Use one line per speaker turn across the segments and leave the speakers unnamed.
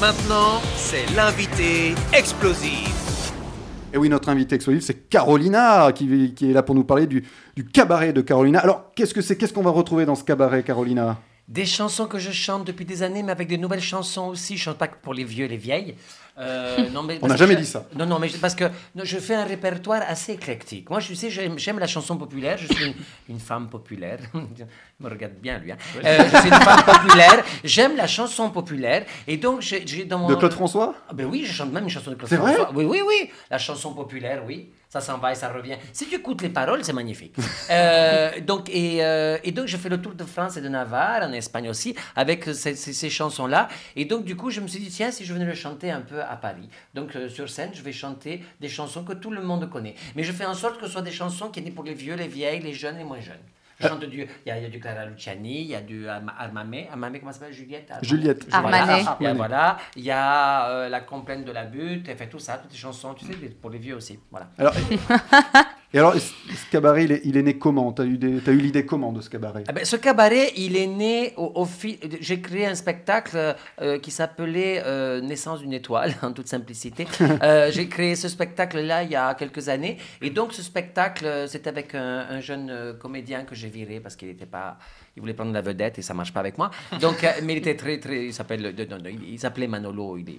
Maintenant, c'est l'invité explosif.
Et oui, notre invité explosif, c'est Carolina, qui, qui est là pour nous parler du, du cabaret de Carolina. Alors, qu'est-ce que c'est Qu'est-ce qu'on va retrouver dans ce cabaret, Carolina
Des chansons que je chante depuis des années, mais avec des nouvelles chansons aussi. Je chante pas que pour les vieux et les vieilles. Euh, non, mais parce
n'a
que
jamais
je-
dit ça.
Non, non, mais je- parce que non, je fais un répertoire assez éclectique. Moi, je sais, j'aime j'aime la chanson populaire. Je suis une, une femme populaire. Il me regarde bien, lui. hein. Euh, je suis une femme populaire. J'aime la chanson populaire. Et donc, j'ai j'ai dans mon.
De Claude François
Ah ben oui, je chante même une chanson de Claude
C'est vrai
François. oui, oui, oui. La chanson populaire, oui. Ça s'en va et ça revient. Si tu écoutes les paroles, c'est magnifique. Euh, donc, et, euh, et donc, je fais le tour de France et de Navarre, en Espagne aussi, avec ces, ces- ces chansons-là. Et donc, du coup, je me suis dit, tiens, si je venais le chanter un peu à Paris. Donc, euh, sur scène, je vais chanter des chansons que tout le monde connaît. Mais je fais en sorte que ce soit des chansons qui étaient pour les vieux, les vieilles, les jeunes, les moins jeunes.
Euh.
Je chante du. Il y, a- il y a du Clara Luciani, il y a du Arma- Armamé. Armamé, comment ça s'appelle Juliette Armamé.
Juliette.
Voilà.
Armanet.
Ah, bien, voilà, il y a euh, la complainte de la butte, et fait tout ça, toutes les chansons, tu sais, des- pour les vieux aussi. Voilà.
Alors, et alors, ce ce cabaret, il est, il est né comment T'as eu, des- t'as eu l'idée comment de ce cabaret
Ah ben, ce cabaret, il est né au, au fil. J'ai créé un spectacle euh, qui s'appelait euh, Naissance d'une étoile, en toute simplicité. Euh, J'ai créé ce spectacle-là il y a quelques années. Et donc, ce spectacle, euh, c'était avec un, un jeune euh, comédien que j'ai viré parce qu'il n'était pas. Il voulait prendre la vedette et ça marche pas avec moi. Donc, euh, mais il était très, très. Il s'appelle- euh, non, non, il- il s'appelait Manolo. Il est,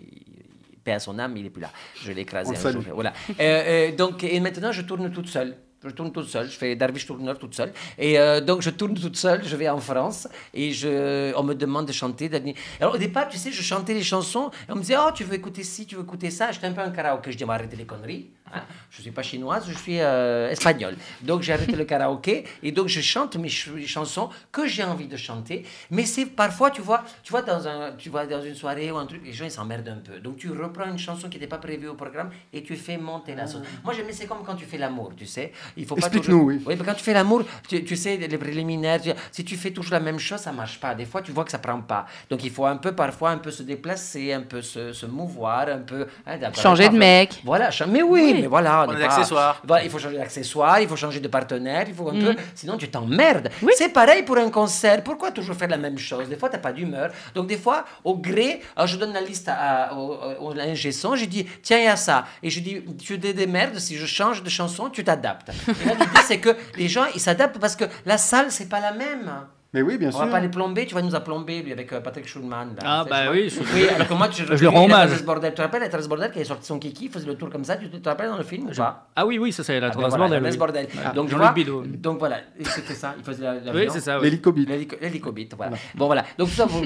paix à son âme, il n'est plus là. hein, Je l'ai écrasé
On le
un
salue.
jour. Voilà. Euh, euh, donc, et maintenant, je tourne toute seule. Je tourne toute seule. Je fais Darvish Tourneur toute seule. Et euh, donc, je tourne toute seule. Je vais en France et je, on me demande de chanter. d'admi- Alors, au départ, tu sais, je chantais les chansons. Et on me disait, oh, tu veux écouter ci, tu veux écouter ça. J'étais un peu un karaoké. Je dis, arrêtez les conneries. hein. Je ne suis pas chinoise, je suis euh, espagnole. Donc, j'ai arrêté le karaoké. Et donc, je chante mes ch- les chansons que j'ai envie de chanter. Mais c'est parfois, tu vois, tu vois, dans, un, tu vois, dans une soirée ou un truc, les gens, ils s'emmerdent un peu. Donc, tu reprends une chanson qui n'était pas prévue au programme et tu fais monter la sauce.
Ah.
Moi, j'aime, c'est comme quand tu fais l'amour, tu sais. Il faut pas
Explique-nous, oui.
oui, mais quand tu fais l'amour, tu, tu sais, les préliminaires, tu- si tu fais toujours la même chose, ça marche pas. Des fois, tu vois que ça prend pas. Donc, il faut un peu, parfois, un peu se déplacer, un peu se, se mouvoir, un peu... hein, d'accord,
Changer de
parfois-
mec.
Voilà, cha- mais oui, mais voilà.
Prendre
n'est
des
pas-
accessoires.
Voilà, il faut changer d'accessoires, il faut changer de partenaire, il faut un peu... Sinon, tu t'emmerdes. C'est pareil pour un concert. Pourquoi toujours faire la même chose Des fois, t'as pas d'humeur. Donc, des fois, au gré, alors, je donne la liste à, à- au, au- à l'ingé son, je dis, tiens, il y a ça. Et je dis, tu te démerdes, si je change de chanson, tu t'adaptes. Et là, l'idée, c'est que les gens, ils s'adaptent parce que la salle, c'est pas la même.
Mais oui, bien
On
sûr.
va pas les plomber, tu vas nous a plomber, lui, avec euh, Patrick Schulman. là. Tu
Ah,
sais,
bah
je-
oui, je-
alors que moi, tu,
Je le rends
la
hommage.
Thérèse Bordel, tu te rappelles la Thérèse Bordel qui a sorti son kiki, faisait le tour comme ça, tu te, te rappelles dans le film ou pas
Ah oui, oui, ça c'est la
Ah ben
Transbordel.
voilà, la Thérèse
oui.
Bordel.
Ah,
donc,
Jean-Luc
tu
Bidot.
vois, donc voilà, Et c'était ça, il faisait la, la
Oui,
violence.
c'est ça. oui.
L'hélicobite.
L'hélico- L'hélicobite, voilà. Bon, voilà. Donc, ça, vous,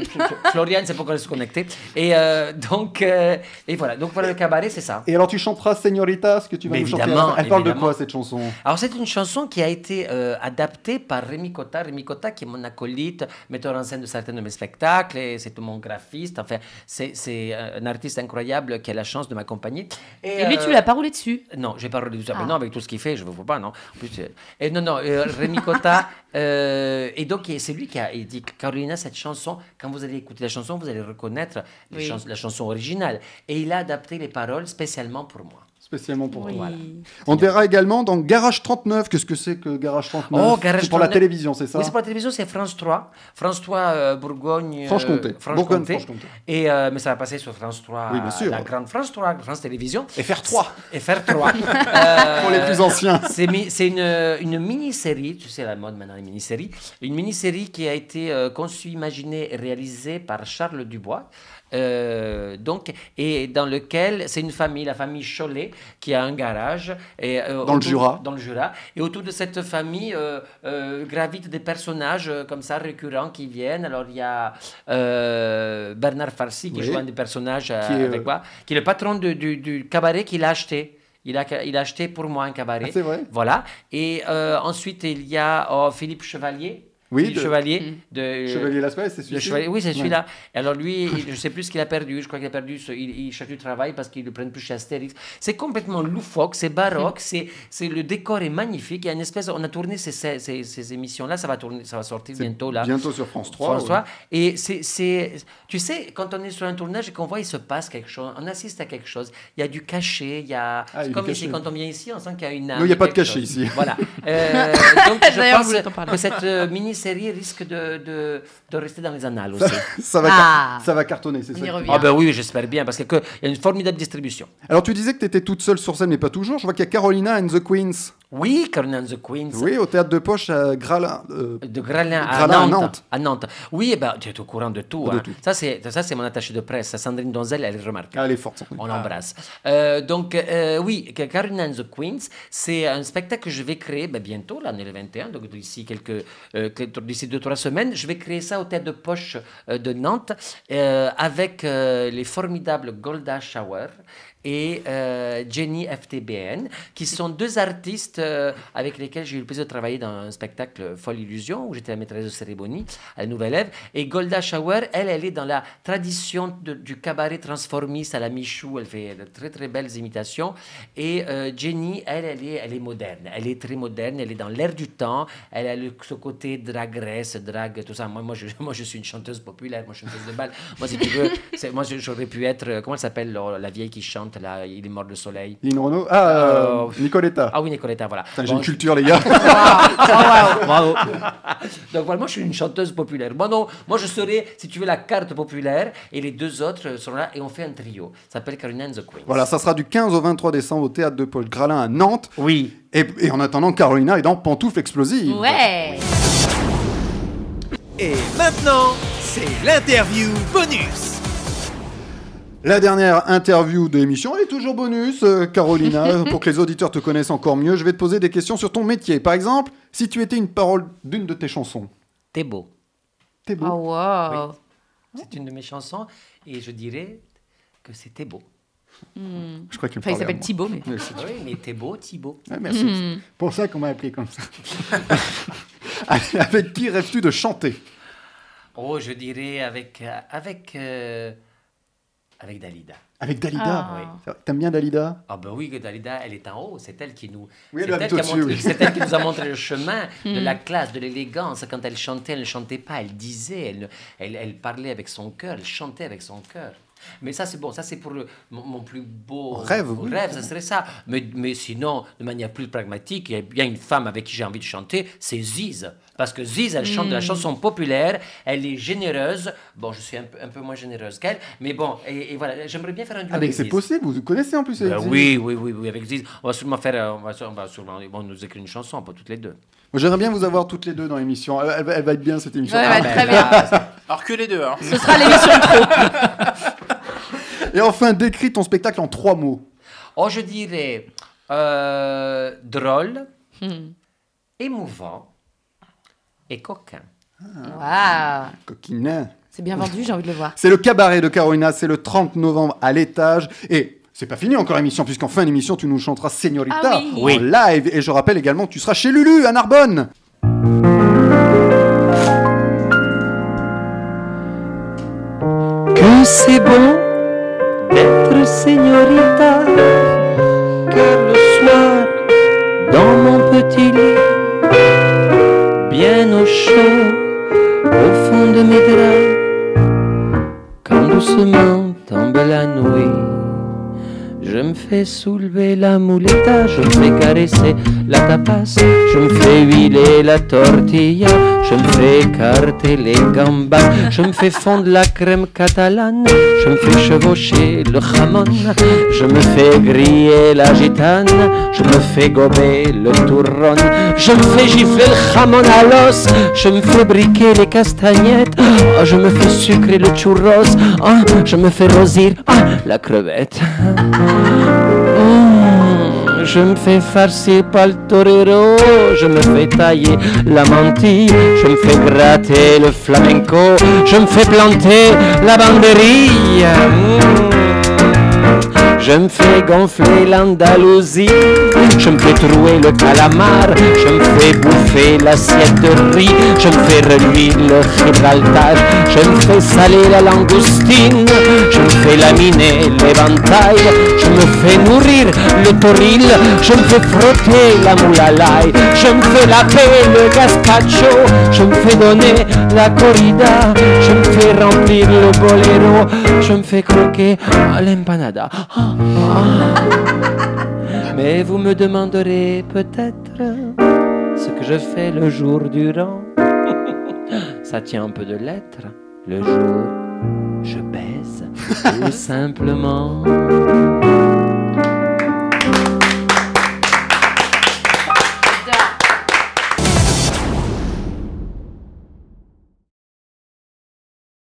Floriane, c'est pourquoi elle se connecter. Et euh, donc, euh, et voilà. Donc, voilà le cabaret, c'est ça.
Et alors, tu chanteras Señorita, ce que tu vas
Mais
nous chanter. Elle
évidemment,
parle de
évidemment.
quoi cette chanson
Alors, c'est une chanson qui a été euh, adaptée par Rémi Cotta. Rémi Cotta, qui est mon acolyte, metteur en scène de certains de mes spectacles, et c'est mon graphiste. Enfin, c'est c'est euh, un artiste incroyable qui a la chance de m'accompagner.
Et lui,
euh,
tu l'as pas roulé dessus.
non, j'ai pas parlé de ça.
Ah.
Mais non, avec tout ce qu'il fait, je ne veux pas, non. En plus, euh, et non, non, euh, Rémi Cotta. euh, et donc, et c'est lui qui a et dit Carolina, cette chanson, quand vous allez écouter la chanson, vous allez reconnaître les
Oui.
chans- la chanson originale. Et il a adapté les paroles spécialement pour moi.
Spécialement pour
Oui.
toi. On verra également dans Garage 39. Qu'est-ce que c'est que Garage 39
Oh, Garage
C'est pour la
39.
télévision, c'est ça
Oui, c'est pour la télévision, c'est France 3. France 3, euh, Bourgogne. euh,
Franche-Comté.
Franche-Comté.
Bourgogne-Franche-Comté.
Et, euh, mais ça va passer sur France 3.
Oui, bien sûr.
La grande France 3, France Télévisions.
FR3.
Et faire 3. Euh,
Pour les plus anciens.
C'est mi- c'est une, une mini-série, tu sais la mode maintenant, les mini-séries. Une mini-série qui a été euh, conçue, imaginée et réalisée par Charles Dubois. Euh, donc, et dans lequel c'est une famille, la famille Cholet, qui a un garage. Et, euh,
Dans le
autour-
Jura.
Dans le Jura. Et autour de cette famille euh, euh, gravitent des personnages euh, comme ça récurrents qui viennent. Alors, il y a euh, Bernard Farsi qui
Oui.
joue un des personnages euh,
Qui est,
avec
euh,
moi, qui est le patron du, du- du cabaret qu'il a acheté. Il a, il a acheté pour moi un cabaret.
Ah, c'est vrai
Voilà. Et euh, ensuite, il y a oh, Philippe Chevalier.
Oui,
Philippe
de-
Chevalier. De,
Chevalier Laspel, c'est
le
celui-ci
chevalier- oui, c'est
Ouais.
celui-là. Et Alors lui, il- je sais plus ce qu'il a perdu. Je crois qu'il a perdu. ce- il, il cherche du travail parce qu'ils le prennent plus chez Astérix. C'est complètement loufoque, c'est baroque, c'est, c'est le décor est magnifique. Il y a une espèce. On a tourné ces, ces, ces- ces émissions-là. Ça va tourner, ça va sortir
C'est
bientôt là.
Bientôt sur France 3.
François.
ouais.
Et c'est, c'est- tu sais, quand on est sur un tournage et qu'on voit, il se passe quelque chose, on assiste à quelque chose. Il y a du cachet, il y
Ah,
a.
il y a du
comme ici,
cachet.
quand on vient ici, on sent qu'il y a une. âme,
Nous, il y a pas de
quelque
cachet
chose.
ici.
Voilà. Euh, donc,
D'ailleurs, je
je
voulais t'en
pense
parler.
que cette euh, mini-série série risque de, de, de rester dans les annales aussi.
Ça va,
Ah.
car- ça va cartonner, c'est
On
ça.
y
qui-
revient.
Ah ben oui, j'espère bien, parce qu'il y a une formidable distribution.
Alors tu disais que tu étais toute seule sur scène, mais pas toujours. Je vois qu'il y a Carolina and the Queens.
Oui, Conan and the Queens.
Oui, au théâtre de poche à Gralin. euh,
De Gralin à,
Gralin à
Nantes,
Nantes.
à Nantes. Oui, eh ben, tu es au courant de tout.
De
hein.
tout.
Ça, c'est ça, c'est mon attachée de presse. Sandrine Donzel, elle est remarquable.
Ah, elle est forte. ça.
On l'embrasse. Euh, donc, euh, oui, Carolina and the Queens, c'est un spectacle que je vais créer ben, bientôt, l'année le 21, donc d'ici quelques, euh, quelques- d'ici deux, trois semaines. Je vais créer ça au Théâtre de Poche euh, de Nantes euh, avec euh, les formidables Golda Shower et euh, Jenny FTBN, qui sont deux artistes euh, avec lesquels j'ai eu le plaisir de travailler dans un spectacle Folle Illusion, où j'étais la maîtresse de cérémonie, à la Nouvelle Ève. Et Golda Shower, elle, elle est dans la tradition de- du cabaret transformiste à la Michou. Elle fait de très, très belles imitations. Et euh, Jenny, elle, elle est, elle est moderne. Elle est très moderne. Elle est dans l'air du temps. Elle a le- ce côté dragresse, drague, tout ça. Moi, moi, je, moi, je suis une chanteuse populaire. Moi, je suis une chanteuse de bal. Moi, si tu veux, c'est- moi, je- j'aurais pu être, euh, comment elle s'appelle, la, la vieille qui chante, là, Il est mort le soleil.
Lynn Renaud. Ah, euh,
Euh,
Nicoletta.
Ah oui, Nicoletta, voilà.
Putain, j'ai
Bon,
une culture, les gars.
Bravo. Donc voilà, moi je suis une chanteuse populaire. Moi non, moi je serai, si tu veux, la carte populaire et les deux autres euh, sont là et on fait un trio. Ça s'appelle Carolina and the Queens.
voilà, ça sera du 15 au 23 décembre au théâtre de poche Gralin à Nantes.
Oui.
Et, et en attendant, Carolina est dans Pantoufle Explosive.
Ouais.
Et maintenant, c'est l'interview bonus.
La dernière interview de l'émission elle est toujours bonus, euh, Carolina. pour que les auditeurs te connaissent encore mieux, je vais te poser des questions sur ton métier. Par exemple, si tu étais une parole d'une de tes chansons,
T'es beau.
t'es
Oh
beau.
wow.
C'est une de mes chansons et je dirais que c'était beau. Ah
Je crois qu'il me
Ah, Enfin,
parlait
il
à
s'appelle
moi.
Thibaut, Hmm. mais.
Ouais, c'est-
Oui, mais t'es beau, Thibaut.
Ouais, merci. C'est pour ça qu'on m'a appelé comme ça. Allez, Avec qui rêves-tu de chanter
Oh, je dirais avec. euh, Avec. euh, avec Dalida.
Avec Dalida.
Ah.
Oui.
C'est vrai. T'aimes bien Dalida
Ah ben oui, que Dalida, elle est en haut, c'est elle qui nous,
Oui, elle
c'est
habite
qui a
au-dessus,
montré,
oui.
c'est elle qui nous a montré le chemin de la classe, de l'élégance. Quand elle chantait, elle ne chantait pas, elle disait, elle, elle, elle parlait avec son cœur, elle chantait avec son cœur. Mais ça c'est bon, ça c'est pour le- mon, mon plus beau
Rêve, oui.
rêve, ça serait ça. Mais, mais sinon, de manière plus pragmatique, il y a bien une femme avec qui j'ai envie de chanter, c'est Ziz. Parce que Ziz, elle chante de la chanson populaire, elle est généreuse. Bon, je suis un peu, un peu moins généreuse qu'elle, mais bon, et, et voilà, j'aimerais bien faire un duo
Ah, mais
avec
c'est
Ziz.
possible, vous connaissez en plus.
Ben
Ziz.
oui, oui, oui, oui, avec Ziz. On va sûrement faire, euh, on va, sûrement- on va sûrement, ils vont nous écrire une chanson, pas toutes les deux.
Moi, J'aimerais bien vous avoir toutes les deux dans l'émission. Elle, elle va- elle va être bien cette émission. Ah,
Ouais, ouais. Très
bien.
Alors que les deux, hein.
Ce sera l'émission de trop.
Et enfin, décris ton spectacle en trois mots.
oh, je dirais euh, drôle, émouvant et coquin.
Waouh.
Coquinin.
C'est bien vendu, j'ai envie de le voir.
C'est le cabaret de Carolina, c'est le 30 novembre à l'étage. Et c'est pas fini encore l'émission, puisqu'en fin d'émission, tu nous chanteras Señorita
Ah oui.
en live. Et je rappelle également que tu seras chez Lulu à Narbonne.
Que c'est bon d'être señorita, que le soir, dans mon petit lit, bien au chaud, au fond de mes draps, quand doucement tombe la nuit, je me fais soulever la mouleta, je me fais caresser la tapas, je me fais huiler la tortilla, je me fais écarter les gambas, je me fais fondre la crème catalane, je me fais chevaucher le jamon, je me fais griller la gitane, je me fais gober le touron, je me fais gifler le jamon à l'os, je me fais briquer les castagnettes, Ah, je me fais sucrer le churros, Ah, je me fais rosir ah, la crevette. Oh, Je me fais farcir par le torero, je me fais tailler la mantille, je me fais gratter le flamenco, je me fais planter la banderille. Mm. Je me fais gonfler l'Andalousie, je me fais trouer le calamar, je me fais bouffer l'assiette de riz, je me fais reluire le Gibraltar, je me fais saler la langoustine, je me fais laminer l'éventail, je me fais nourrir le toril, je me fais frotter la moulalaï, je me fais laver le gazpacho, je me fais donner la corrida, je me fais remplir le boléro, je me fais croquer à l'empanada. Ah, ah. Mais vous me demanderez peut-être ce que je fais le jour durant. ça tient un peu de lettres. Le jour, je baise, ou simplement